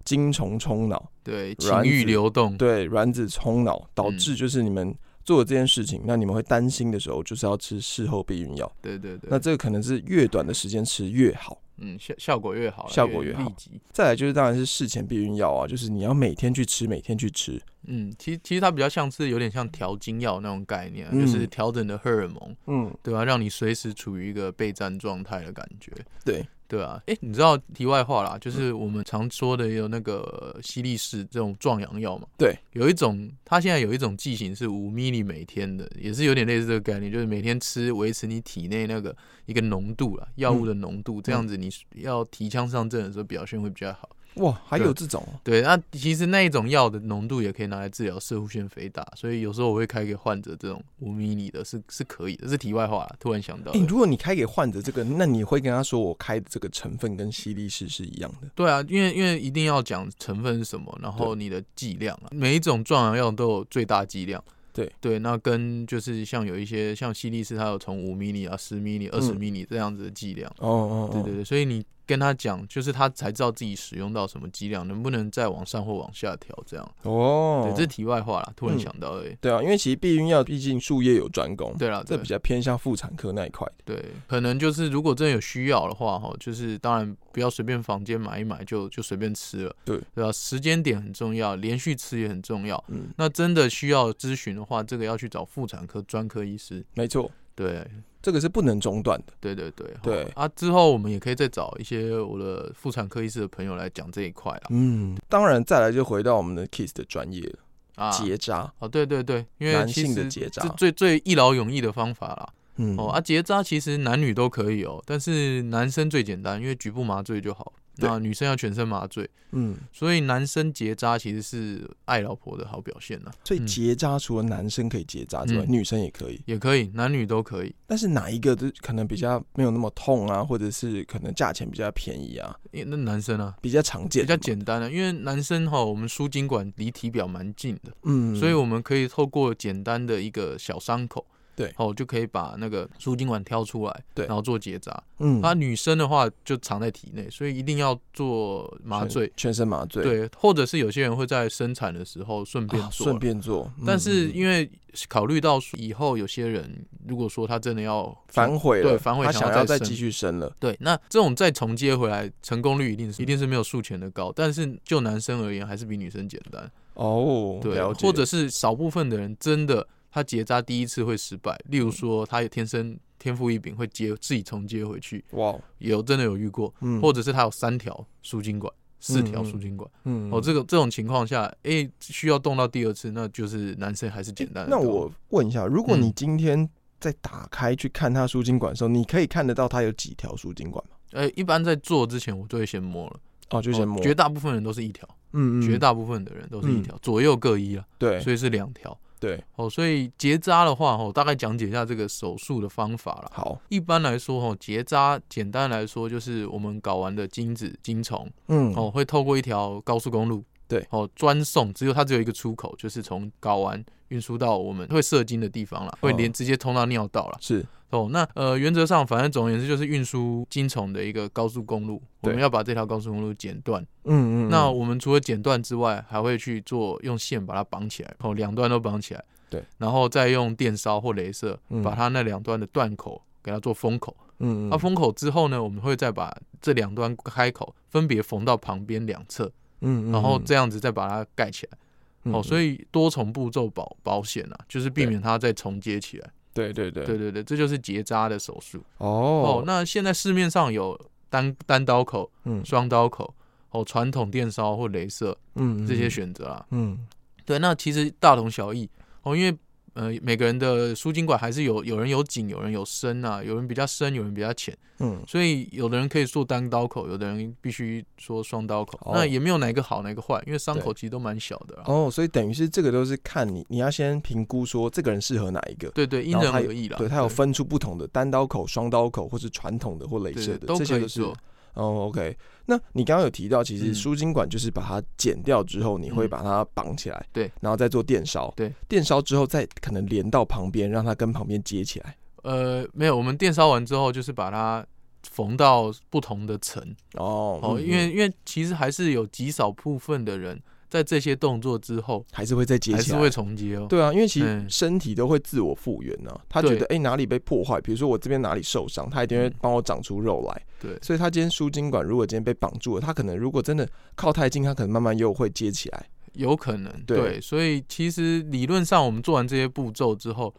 [SPEAKER 3] 精虫冲脑，
[SPEAKER 2] 对情
[SPEAKER 3] 卵
[SPEAKER 2] 欲
[SPEAKER 3] 子
[SPEAKER 2] 流动，
[SPEAKER 3] 对卵子冲脑，导
[SPEAKER 2] 嗯
[SPEAKER 3] 致就是你们做了这件事情，那你们会担心的时候，就是要吃事后避孕药。
[SPEAKER 2] 对对对
[SPEAKER 3] 那，这个可能是越短的时间吃越好。
[SPEAKER 2] 嗯效效果越好啦，
[SPEAKER 3] 效果越好
[SPEAKER 2] 立即。
[SPEAKER 3] 再来就是当然是事前避孕药啊，就是你要每天去吃，每天去吃。
[SPEAKER 2] 嗯，其实其实它比较像是有点像调经药那种概念啊，
[SPEAKER 3] 嗯
[SPEAKER 2] 就是调整你的荷尔蒙，
[SPEAKER 3] 嗯，
[SPEAKER 2] 对吧、让你随时处于一个备战状态的感觉，
[SPEAKER 3] 对，
[SPEAKER 2] 对啊。哎、你知道题外话啦，就是我们常说的有那个西力士这种壮阳药嘛，
[SPEAKER 3] 对，
[SPEAKER 2] 有一种它现在有一种剂型是五 ml 每天的，也是有点类似这个概念，就是每天吃维持你体内那个一个浓度啦，药物的浓度，这样子你要提枪上阵的时候表现会比较好。
[SPEAKER 3] 哇，还
[SPEAKER 2] 对
[SPEAKER 3] 有这种哦、
[SPEAKER 2] 对，那其实那一种药的浓度也可以拿来治疗射护腺肥大，所以有时候我会开给患者这种五迷你的是是可以的，是题外话啦，突然想到的。
[SPEAKER 3] 哎、如果你开给患者这个，那你会跟他说我开的这个成分跟西力士是一样的。
[SPEAKER 2] 对啊，因为因为一定要讲成分是什么，然后你的剂量啊，每一种壮阳药都有最大剂量。
[SPEAKER 3] 对
[SPEAKER 2] 对，那跟就是像有一些像西力士，它有从五迷你啊、十迷你、二十
[SPEAKER 3] 嗯
[SPEAKER 2] 迷你这样子的剂量。
[SPEAKER 3] 哦哦
[SPEAKER 2] 对对对，所以你跟他讲，就是他才知道自己使用到什么剂量，能不能再往上或往下调这样。
[SPEAKER 3] 对，哦，
[SPEAKER 2] 对，这是题外话啦，突然
[SPEAKER 3] 嗯
[SPEAKER 2] 想到而已。
[SPEAKER 3] 对啊，因为其实避孕药毕竟术业有专攻，
[SPEAKER 2] 对啦，
[SPEAKER 3] 这
[SPEAKER 2] 对啊
[SPEAKER 3] 比较偏向妇产科那一块。
[SPEAKER 2] 对，可能就是如果真的有需要的话，哈，就是当然不要随便房间买一买就就随便吃了，
[SPEAKER 3] 对
[SPEAKER 2] 对吧？时间点很重要，连续吃也很重要。
[SPEAKER 3] 嗯，
[SPEAKER 2] 那真的需要咨询的话，这个要去找妇产科专科医师。
[SPEAKER 3] 没错，
[SPEAKER 2] 对，
[SPEAKER 3] 这个是不能中断的。
[SPEAKER 2] 对对对，齁
[SPEAKER 3] 对
[SPEAKER 2] 啊，之后我们也可以再找一些我的妇产科医师的朋友来讲这一块啦。
[SPEAKER 3] 嗯，当然再来就回到我们的 Kiss 的专业了，
[SPEAKER 2] 啊，
[SPEAKER 3] 结扎，
[SPEAKER 2] 哦，对对对，因为
[SPEAKER 3] 男
[SPEAKER 2] 其
[SPEAKER 3] 性的
[SPEAKER 2] 实
[SPEAKER 3] 结扎
[SPEAKER 2] 这。最最一劳永逸的方法啦。
[SPEAKER 3] 嗯，
[SPEAKER 2] 哦啊，结扎其实男女都可以哦，但是男生最简单，因为局部麻醉就好。
[SPEAKER 3] 对
[SPEAKER 2] 那女生要全身麻醉，
[SPEAKER 3] 嗯，
[SPEAKER 2] 所以男生结扎其实是爱老婆的好表现呢、
[SPEAKER 3] 所以
[SPEAKER 2] 嗯
[SPEAKER 3] 结扎除了男生可以结扎之外，
[SPEAKER 2] 嗯
[SPEAKER 3] 女生也可以。
[SPEAKER 2] 也可以，男女都可以。
[SPEAKER 3] 但是哪一个都可能比较没有那么痛啊，或者是可能价钱比较便宜啊，
[SPEAKER 2] 因为那男生啊，
[SPEAKER 3] 比较常见，
[SPEAKER 2] 比较。简单的、因为男生哈，我们输精管离体表蛮近的，
[SPEAKER 3] 嗯，
[SPEAKER 2] 所以我们可以透过简单的一个小伤口，
[SPEAKER 3] 对
[SPEAKER 2] 哦，就可以把那个输精管挑出来，
[SPEAKER 3] 对
[SPEAKER 2] 然后做结扎。
[SPEAKER 3] 嗯
[SPEAKER 2] 那、女生的话就藏在体内，所以一定要做麻醉
[SPEAKER 3] 全，全身麻醉，
[SPEAKER 2] 对，或者是有些人会在生产的时候顺便
[SPEAKER 3] 啊，
[SPEAKER 2] 做，
[SPEAKER 3] 顺、便做。嗯
[SPEAKER 2] 但是
[SPEAKER 3] 嗯
[SPEAKER 2] 因为考虑到以后有些人，如果说他真的要
[SPEAKER 3] 反悔了，
[SPEAKER 2] 对反悔
[SPEAKER 3] 他
[SPEAKER 2] 想要
[SPEAKER 3] 想要
[SPEAKER 2] 再
[SPEAKER 3] 再
[SPEAKER 2] 生
[SPEAKER 3] 继续生了。
[SPEAKER 2] 对，那这种再重接回来，成功率一定是一定是没有术前的高，但是就男生而言，还是比女生简单，
[SPEAKER 3] 哦，
[SPEAKER 2] 对，
[SPEAKER 3] 了解。
[SPEAKER 2] 或者是少部分的人真的他结扎第一次会失败，例
[SPEAKER 3] 嗯
[SPEAKER 2] 如说他天生天赋异禀会接自己重接回去，
[SPEAKER 3] 哇，
[SPEAKER 2] 有真的有遇过，
[SPEAKER 3] 嗯，
[SPEAKER 2] 或者是他有三条输精管，四条输精管。
[SPEAKER 3] 嗯
[SPEAKER 2] 哦，这个这种情况下，诶、需要动到第二次，那就是男生还是简单的
[SPEAKER 3] 那
[SPEAKER 2] 动。
[SPEAKER 3] 我问一下，如果你
[SPEAKER 2] 嗯
[SPEAKER 3] 今天在打开去看它输精管的时候，你可以看得到它有几条输精管吗？
[SPEAKER 2] 呃、一般在做之前，我都会先摸了，
[SPEAKER 3] 哦，就
[SPEAKER 2] 就
[SPEAKER 3] 先摸，
[SPEAKER 2] 绝大部分人都是一条，
[SPEAKER 3] 嗯
[SPEAKER 2] 绝大部分的人都是一条，左右各一啊，
[SPEAKER 3] 对
[SPEAKER 2] 所以是两条。
[SPEAKER 3] 对，
[SPEAKER 2] 哦，所以结扎的话，哦，大概讲解一下这个手术的方法啦。
[SPEAKER 3] 好，
[SPEAKER 2] 一般来说，哦，结扎简单来说就是我们睾丸的精子、精虫，
[SPEAKER 3] 嗯，
[SPEAKER 2] 哦，会透过一条高速公路，
[SPEAKER 3] 对
[SPEAKER 2] 哦，专送，只有它只有一个出口，就是从睾丸运输到我们会射精的地方啦，会连
[SPEAKER 3] 哦
[SPEAKER 2] 直接通到尿道啦。
[SPEAKER 3] 是，
[SPEAKER 2] 哦，那呃，原则上反正总而言之就是运输精虫的一个高速公路，我
[SPEAKER 3] 对
[SPEAKER 2] 们要把这条高速公路剪断。
[SPEAKER 3] 嗯
[SPEAKER 2] 那我们除了剪断之外，还会去做用线把它绑起来，哦，两端都绑起来，
[SPEAKER 3] 对，
[SPEAKER 2] 然后再用电烧或镭射
[SPEAKER 3] 嗯
[SPEAKER 2] 把它那两端的断口给它做封口。
[SPEAKER 3] 嗯
[SPEAKER 2] 那、封口之后呢，我们会再把这两端开口分别缝到旁边两侧，
[SPEAKER 3] 嗯
[SPEAKER 2] 然后这样子再把它盖起来。哦，所
[SPEAKER 3] 以
[SPEAKER 2] 以多重步骤保保险啊，就是避免它再重接起来。
[SPEAKER 3] 对对对
[SPEAKER 2] 对对对，这就是结扎的手术。哦
[SPEAKER 3] 哦，
[SPEAKER 2] 那现在市面上有单单刀口、
[SPEAKER 3] 嗯
[SPEAKER 2] 双刀口。哦，传统电烧或镭射
[SPEAKER 3] 嗯
[SPEAKER 2] 这些，选择啊，
[SPEAKER 3] 嗯
[SPEAKER 2] 对，那其实大同小异哦，因为呃每个人的输精管还是有有人有紧，有人有深啊，有人比较深，有人比较浅，
[SPEAKER 3] 嗯
[SPEAKER 2] 所以有的人可以做单刀口，有的人必须说双刀口，
[SPEAKER 3] 哦
[SPEAKER 2] 那也没有哪个好哪个坏，因为伤口
[SPEAKER 3] 对
[SPEAKER 2] 其实都蛮小的、啊。
[SPEAKER 3] 哦，所以等于是这个都是看你，你要先评估说这个人适合哪一个，
[SPEAKER 2] 对啊对，因
[SPEAKER 3] 然后
[SPEAKER 2] 人
[SPEAKER 3] 它
[SPEAKER 2] 而异啦。
[SPEAKER 3] 对，它有分出不同的单刀口、双刀口，或是传统的或镭
[SPEAKER 2] 对
[SPEAKER 3] 射
[SPEAKER 2] 对
[SPEAKER 3] 的，
[SPEAKER 2] 都
[SPEAKER 3] 这
[SPEAKER 2] 可
[SPEAKER 3] 些
[SPEAKER 2] 以
[SPEAKER 3] 都是
[SPEAKER 2] 做。
[SPEAKER 3] 哦，OK。那你刚刚有提到，其实
[SPEAKER 2] 嗯
[SPEAKER 3] 输精管就是把它剪掉之后，你会把它绑起来，
[SPEAKER 2] 对，
[SPEAKER 3] 然后再做电烧，
[SPEAKER 2] 对，
[SPEAKER 3] 电烧之后再可能连到旁边，让它跟旁边接起来。
[SPEAKER 2] 呃，没有，我们电烧完之后就是把它缝到不同的层
[SPEAKER 3] 哦
[SPEAKER 2] 哦，
[SPEAKER 3] 嗯
[SPEAKER 2] 因为因为其实还是有极少部分的人在这些动作之后
[SPEAKER 3] 还是会再接
[SPEAKER 2] 还
[SPEAKER 3] 起
[SPEAKER 2] 是
[SPEAKER 3] 来，
[SPEAKER 2] 会重接哦。
[SPEAKER 3] 对啊，因为其实
[SPEAKER 2] 嗯
[SPEAKER 3] 身体都会自我复原呢、啊。他觉得哎、
[SPEAKER 2] 对
[SPEAKER 3] 诶哪里被破坏，比如说我这边哪里受伤，他一定会
[SPEAKER 2] 嗯
[SPEAKER 3] 帮我长出肉来。
[SPEAKER 2] 对
[SPEAKER 3] 所以他今天输精管如果今天被绑住了，他可能如果真的靠太近，他可能慢慢又会接起来。
[SPEAKER 2] 有可能，
[SPEAKER 3] 对
[SPEAKER 2] 对，所以其实理论上我们做完这些步骤之后，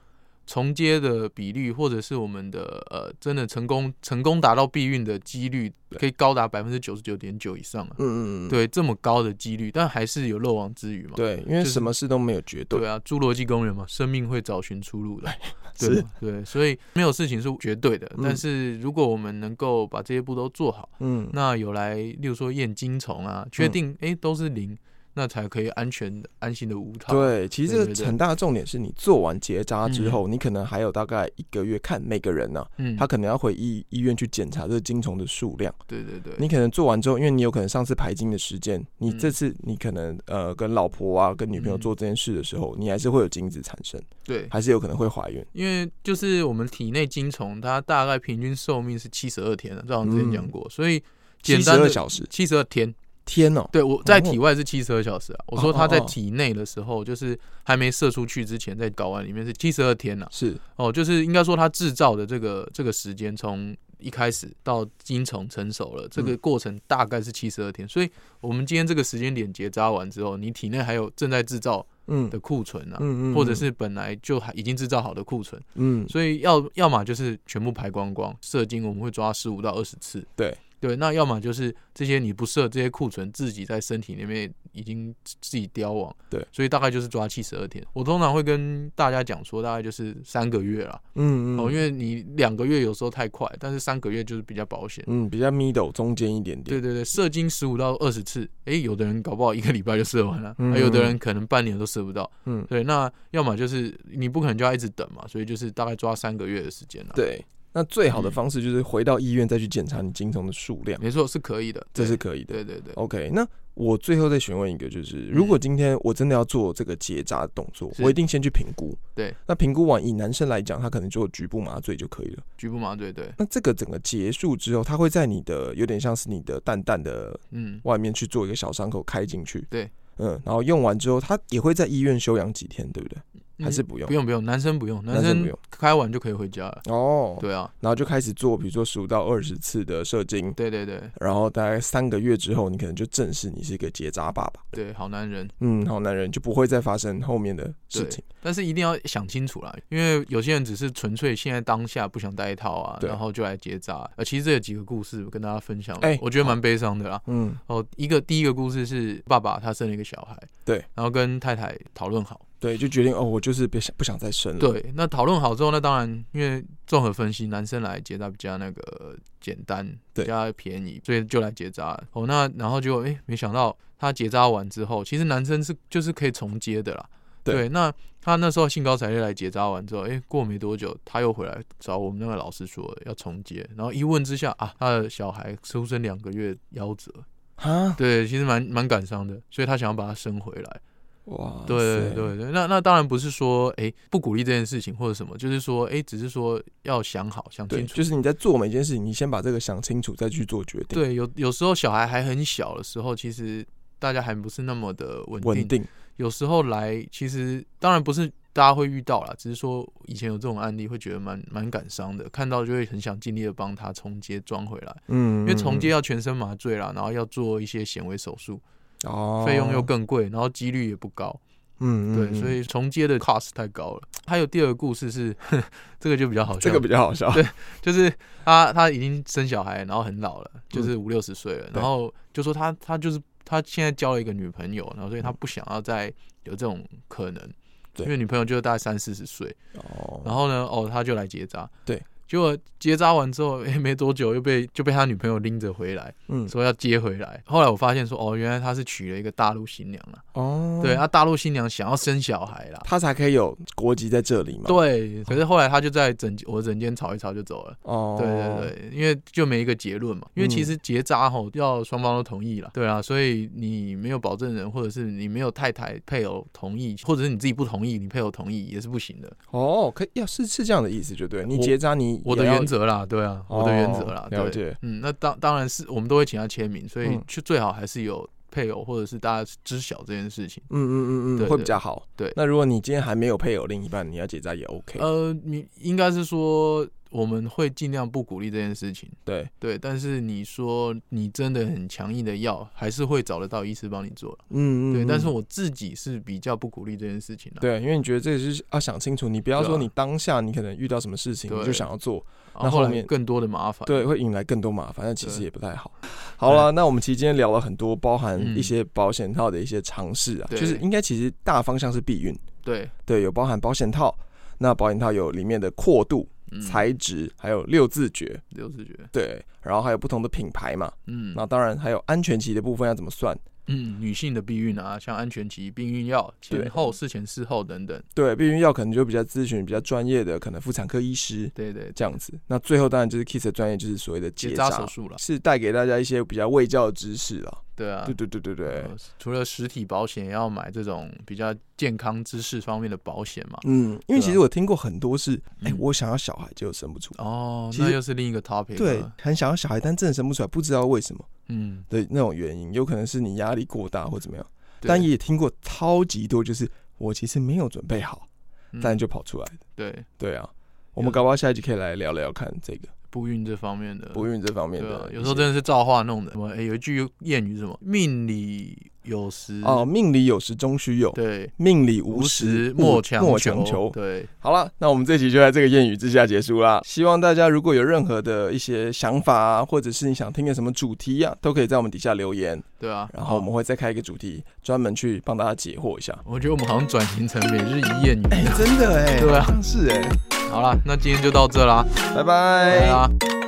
[SPEAKER 2] 重接的比率或者是我们的呃真的成功成功达到避孕的几率，可以高达百分之九十九点九以上啊，
[SPEAKER 3] 嗯嗯嗯，
[SPEAKER 2] 对，这么高的几率，但还是有漏网之鱼嘛，
[SPEAKER 3] 对，因为
[SPEAKER 2] 就是
[SPEAKER 3] 什么事都没有绝对。
[SPEAKER 2] 对啊，侏罗纪公园嘛，生命会找寻出路 的，对
[SPEAKER 3] 是
[SPEAKER 2] 嘛对，所以没有事情是绝对的，
[SPEAKER 3] 嗯
[SPEAKER 2] 但是如果我们能够把这些步骤做好，
[SPEAKER 3] 嗯，
[SPEAKER 2] 那有来，例如说验精虫啊，确
[SPEAKER 3] 嗯
[SPEAKER 2] 定哎、诶都是零，那才可以安全安心的无套。
[SPEAKER 3] 对，其实这
[SPEAKER 2] 对对
[SPEAKER 3] 个
[SPEAKER 2] 对
[SPEAKER 3] 很大的重点是你做完结扎之后，你可能还有大概一个月看每个人呢、啊
[SPEAKER 2] 嗯，
[SPEAKER 3] 他可能要回医医院去检查这个精虫的数量。
[SPEAKER 2] 对对对，
[SPEAKER 3] 你可能做完之后，因为你有可能上次排经的时间，你
[SPEAKER 2] 嗯
[SPEAKER 3] 这次你可能呃跟老婆啊、跟女朋友
[SPEAKER 2] 嗯
[SPEAKER 3] 做这件事的时候，你还是会有精子产生，
[SPEAKER 2] 对，
[SPEAKER 3] 还是有可能会怀孕。
[SPEAKER 2] 因为就是我们体内精虫，它大概平均寿命是七十二天了，这好像之前讲过，所以
[SPEAKER 3] 嗯七
[SPEAKER 2] 简
[SPEAKER 3] 十
[SPEAKER 2] 单
[SPEAKER 3] 二
[SPEAKER 2] 的
[SPEAKER 3] 小时，
[SPEAKER 2] 七十二天，
[SPEAKER 3] 天哦，
[SPEAKER 2] 对我在
[SPEAKER 3] 哦
[SPEAKER 2] 体外是七十二小时啊，我
[SPEAKER 3] 哦
[SPEAKER 2] 说
[SPEAKER 3] 哦
[SPEAKER 2] 它在
[SPEAKER 3] 哦
[SPEAKER 2] 体内的时候，就是还没射出去之前，在睾丸里面是七十二天呐、
[SPEAKER 3] 是
[SPEAKER 2] 哦，就是应该说它制造的这个这个时间，从一开始到精虫成熟了，这个
[SPEAKER 3] 嗯
[SPEAKER 2] 过程大概是七十二天。所以我们今天这个时间点结扎完之后，你体内还有正在制造
[SPEAKER 3] 嗯
[SPEAKER 2] 的库存啊，
[SPEAKER 3] 嗯
[SPEAKER 2] 或者是本来就还已经制造好的库存，
[SPEAKER 3] 嗯
[SPEAKER 2] 所以要要么就是全部排光光，射精我们会抓十五到二十次，
[SPEAKER 3] 对
[SPEAKER 2] 对，那要么就是这些你不射这些库存自己在身体里面已经自己凋亡，
[SPEAKER 3] 对，
[SPEAKER 2] 所以大概就是抓七十二天。我通常会跟大家讲说，大概就是三个月啦，
[SPEAKER 3] 嗯嗯
[SPEAKER 2] 哦，因为你两个月有时候太快，但是三个月就是比较保险。
[SPEAKER 3] 嗯比较 middle 中间一点点，
[SPEAKER 2] 对对对，射精十五到二十次，诶，有的人搞不好一个礼拜就射完了，
[SPEAKER 3] 嗯
[SPEAKER 2] 而有的人可能半年都射不到。
[SPEAKER 3] 嗯
[SPEAKER 2] 对，那要么就是你不可能就要一直等嘛，所以就是大概抓三个月的时间啊了。，
[SPEAKER 3] 对。那最好的
[SPEAKER 2] 嗯
[SPEAKER 3] 方式就是回到医院再去检查你精虫的数量，
[SPEAKER 2] 没错，是可以的，
[SPEAKER 3] 这
[SPEAKER 2] 对
[SPEAKER 3] 是可以的。
[SPEAKER 2] 对对对，
[SPEAKER 3] OK，那我最后再询问一个，就是如果今天我真的要做这个结扎的动作，
[SPEAKER 2] 是
[SPEAKER 3] 我一定先去评估。
[SPEAKER 2] 对，
[SPEAKER 3] 那评估完，以男生来讲，他可能做局部麻醉就可以了。
[SPEAKER 2] 局部麻醉，对，
[SPEAKER 3] 那这个整个结束之后，他会在你的有点像是你的蛋蛋的
[SPEAKER 2] 嗯，
[SPEAKER 3] 外面去做一个小伤口开进去。
[SPEAKER 2] 对，
[SPEAKER 3] 嗯，然后用完之后，他也会在医院休养几天，对不对？
[SPEAKER 2] 嗯
[SPEAKER 3] 还是不用
[SPEAKER 2] 不？用不用，男生不用，
[SPEAKER 3] 男
[SPEAKER 2] 男
[SPEAKER 3] 生
[SPEAKER 2] 生
[SPEAKER 3] 不用
[SPEAKER 2] 开完就可以回家了。
[SPEAKER 3] 哦，，
[SPEAKER 2] 对啊，
[SPEAKER 3] 然后就开始做，比如说十五到二十次的射精，
[SPEAKER 2] 对对对
[SPEAKER 3] 然后大概三个月之后，你可能就正式你是一个结扎爸爸。
[SPEAKER 2] 对，好男人。
[SPEAKER 3] 嗯，好男人就不会再发生后面的事
[SPEAKER 2] 对
[SPEAKER 3] 情。
[SPEAKER 2] 但是一定要想清楚啦，因为有些人只是纯粹现在当下不想戴套啊，
[SPEAKER 3] 对
[SPEAKER 2] 然后就来结扎。呃，其实这有几个故事跟大家分享，
[SPEAKER 3] 哎
[SPEAKER 2] 我觉得蛮悲伤的啦。
[SPEAKER 3] 嗯，
[SPEAKER 2] 哦，一个第一个故事是爸爸他生了一个小孩，
[SPEAKER 3] 对，
[SPEAKER 2] 然后跟太太讨论好，
[SPEAKER 3] 对，就决定哦，我就是别想不想再生了。，
[SPEAKER 2] 对，那讨论好之后，那当然因为综合分析，男生来结扎比较那个简单，
[SPEAKER 3] 对
[SPEAKER 2] 比较便宜，所以就来结扎了。哦，那然后结果哎、诶没想到他结扎完之后，其实男生是就是可以重接的啦。
[SPEAKER 3] 对
[SPEAKER 2] 那他那时候兴高采烈来结扎完之后，哎、过没多久他又回来找我们那个老师说要重接，然后一问之下啊，他的小孩出生两个月夭折，
[SPEAKER 3] 啊，
[SPEAKER 2] 对，其实蛮蛮感伤的，所以他想要把他生回来。
[SPEAKER 3] 哇，
[SPEAKER 2] 对对，对对，那那当然不是说哎、诶不鼓励这件事情或者什么，就是说哎、诶只是说要想好想
[SPEAKER 3] 对，
[SPEAKER 2] 清楚。
[SPEAKER 3] 就是你在做每件事情，你先把这个想清楚，再去做决定，
[SPEAKER 2] 对，有有时候小孩还很小的时候，其实大家还不是那么的稳定。
[SPEAKER 3] 稳定。
[SPEAKER 2] 有时候来，其实当然不是大家会遇到啦，只是说以前有这种案例，会觉得蛮蛮感伤的，看到就会很想尽力的帮他重接装回来，
[SPEAKER 3] 嗯，
[SPEAKER 2] 因为重接
[SPEAKER 3] 嗯
[SPEAKER 2] 要全身麻醉啦，然后要做一些显微手术，
[SPEAKER 3] 嗯哦，
[SPEAKER 2] 费用又更贵，然后几率也不高。
[SPEAKER 3] 嗯，嗯
[SPEAKER 2] 对，
[SPEAKER 3] 嗯
[SPEAKER 2] 所以重接的 cost 太高了。还有第二个故事是， 这个就比较好笑，
[SPEAKER 3] 这个比较好笑。对，
[SPEAKER 2] 就是他他已经生小孩，然后很老了，就是五六十岁了，
[SPEAKER 3] 嗯对
[SPEAKER 2] 然后就说他他就是他现在交了一个女朋友，然后所以他不想要再有这种可能，
[SPEAKER 3] 嗯对
[SPEAKER 2] 因为女朋友就大概三四十岁，
[SPEAKER 3] 哦，
[SPEAKER 2] 然后呢，哦，他就来结扎，
[SPEAKER 3] 对。
[SPEAKER 2] 结果结扎完之后，哎、没多久又被就被他女朋友拎着回来，
[SPEAKER 3] 嗯，
[SPEAKER 2] 说要接回来。后来我发现说，哦，原来他是娶了一个大陆新娘啊，
[SPEAKER 3] 哦，
[SPEAKER 2] 对，啊，大陆新娘想要生小孩啦，
[SPEAKER 3] 他才可以有国籍在这里嘛。，
[SPEAKER 2] 对，可是后来他就在整我整间吵一吵就走了。
[SPEAKER 3] 哦，嗯
[SPEAKER 2] 对对对，因为就没一个结论嘛，因为其实结扎吼要双方都同意了，对啊，所以你没有保证人，或者是你没有太太配偶同意，或者是你自己不同意，你配偶同意也是不行的。
[SPEAKER 3] 哦，可以，要是是这样的意思，就对你
[SPEAKER 2] 我
[SPEAKER 3] 结扎，你
[SPEAKER 2] 我的
[SPEAKER 3] 也要
[SPEAKER 2] 原则啦，对啊，我的原则啦
[SPEAKER 3] 哦，
[SPEAKER 2] 对
[SPEAKER 3] 了解。
[SPEAKER 2] 嗯，那当当然是我们都会请他签名，所以
[SPEAKER 3] 嗯
[SPEAKER 2] 就最好还是有配偶或者是大家知晓这件事情。
[SPEAKER 3] 嗯嗯嗯
[SPEAKER 2] 对
[SPEAKER 3] 嗯，
[SPEAKER 2] 对
[SPEAKER 3] 会比较好。
[SPEAKER 2] 对
[SPEAKER 3] 那如果你今天还没有配偶另一半，你要结扎也 OK。
[SPEAKER 2] 呃，你应该是说我们会尽量不鼓励这件事情。
[SPEAKER 3] 对，
[SPEAKER 2] 对，但是你说你真的很强硬的要，还是会找得到医师帮你做啦
[SPEAKER 3] 嗯嗯，
[SPEAKER 2] 对，
[SPEAKER 3] 嗯
[SPEAKER 2] 但是我自己是比较不鼓励这件事情的。
[SPEAKER 3] 对，因为你觉得这是要想清楚，你不要
[SPEAKER 2] 对啊
[SPEAKER 3] 说你当下你可能遇到什么事情
[SPEAKER 2] 对
[SPEAKER 3] 你就想要做，
[SPEAKER 2] 然
[SPEAKER 3] 那
[SPEAKER 2] 啊后
[SPEAKER 3] 后
[SPEAKER 2] 后来
[SPEAKER 3] 面
[SPEAKER 2] 更多的麻烦。
[SPEAKER 3] 对，会引来更多麻烦，那其实
[SPEAKER 2] 对
[SPEAKER 3] 也不太好。好了，那我们其实今天聊了很多，包含
[SPEAKER 2] 嗯
[SPEAKER 3] 一些保险套的一些尝试啊，
[SPEAKER 2] 对
[SPEAKER 3] 就是应该其实大方向是避孕，
[SPEAKER 2] 对，
[SPEAKER 3] 对，有包含保险套，那保险套有里面的阔度、
[SPEAKER 2] 嗯
[SPEAKER 3] 材质，还有六字诀，
[SPEAKER 2] 六视觉，
[SPEAKER 3] 对，然后还有不同的品牌嘛，
[SPEAKER 2] 嗯
[SPEAKER 3] 那当然还有安全期的部分要怎么算，
[SPEAKER 2] 嗯，女性的避孕啊，像安全期、避孕药、
[SPEAKER 3] 对
[SPEAKER 2] 前后、事前、事后等等。
[SPEAKER 3] 对，避孕药可能就比较咨询比较专业的，可能妇产科医师
[SPEAKER 2] 对对，
[SPEAKER 3] 这样子。那最后当然就是 Kiss 的专业，就是所谓的
[SPEAKER 2] 结
[SPEAKER 3] 结
[SPEAKER 2] 扎
[SPEAKER 3] 扎
[SPEAKER 2] 手术啦。
[SPEAKER 3] 是带给大家一些比较卫教的知识啦。
[SPEAKER 2] 对啊
[SPEAKER 3] 对。对对对对
[SPEAKER 2] 呃，除了实体保险，也要买这种比较健康知识方面的保险嘛。
[SPEAKER 3] 嗯，因为其实
[SPEAKER 2] 对啊
[SPEAKER 3] 我听过很多是，哎、
[SPEAKER 2] 嗯
[SPEAKER 3] 我想要小孩就生不出来，
[SPEAKER 2] 哦，
[SPEAKER 3] 嗯其
[SPEAKER 2] 那
[SPEAKER 3] 实
[SPEAKER 2] 又是另一个 topic
[SPEAKER 3] 对
[SPEAKER 2] 了，
[SPEAKER 3] 很想要小孩，但真的生不出来，不知道为什么
[SPEAKER 2] 嗯，
[SPEAKER 3] 的那种原因，有可能是你压力过大或怎么样。
[SPEAKER 2] 对
[SPEAKER 3] 但也听过超级多，就是我其实没有准备好，
[SPEAKER 2] 嗯
[SPEAKER 3] 但就跑出来的。
[SPEAKER 2] 对
[SPEAKER 3] 对啊，我们搞不好下一集可以来聊聊看这个
[SPEAKER 2] 不孕这方面的
[SPEAKER 3] 不孕这方面
[SPEAKER 2] 对
[SPEAKER 3] 的
[SPEAKER 2] 啊
[SPEAKER 3] 一，些。
[SPEAKER 2] 有时候真的是造化弄的。什么？哎、有一句谚语是什么？命里有时
[SPEAKER 3] 哦，，命里有时终须有，
[SPEAKER 2] 对，
[SPEAKER 3] 命里
[SPEAKER 2] 无
[SPEAKER 3] 无
[SPEAKER 2] 时
[SPEAKER 3] 时
[SPEAKER 2] 莫
[SPEAKER 3] 强
[SPEAKER 2] 强
[SPEAKER 3] 求。
[SPEAKER 2] 对，
[SPEAKER 3] 好了，那我们这集就在这个谚语之下结束啦。希望大家如果有任何的一些想法啊，或者是你想听的什么主题啊，都可以在我们底下留言，
[SPEAKER 2] 对啊。
[SPEAKER 3] 然后我们会再开一个主题，专门去帮大家解惑一下。
[SPEAKER 2] 我觉得我们好像转型成每日一 谚语。
[SPEAKER 3] 真的哎
[SPEAKER 2] 对啊
[SPEAKER 3] 好像是哎，
[SPEAKER 2] 好啦，那今天就到这啦，
[SPEAKER 3] 拜
[SPEAKER 2] 拜啦。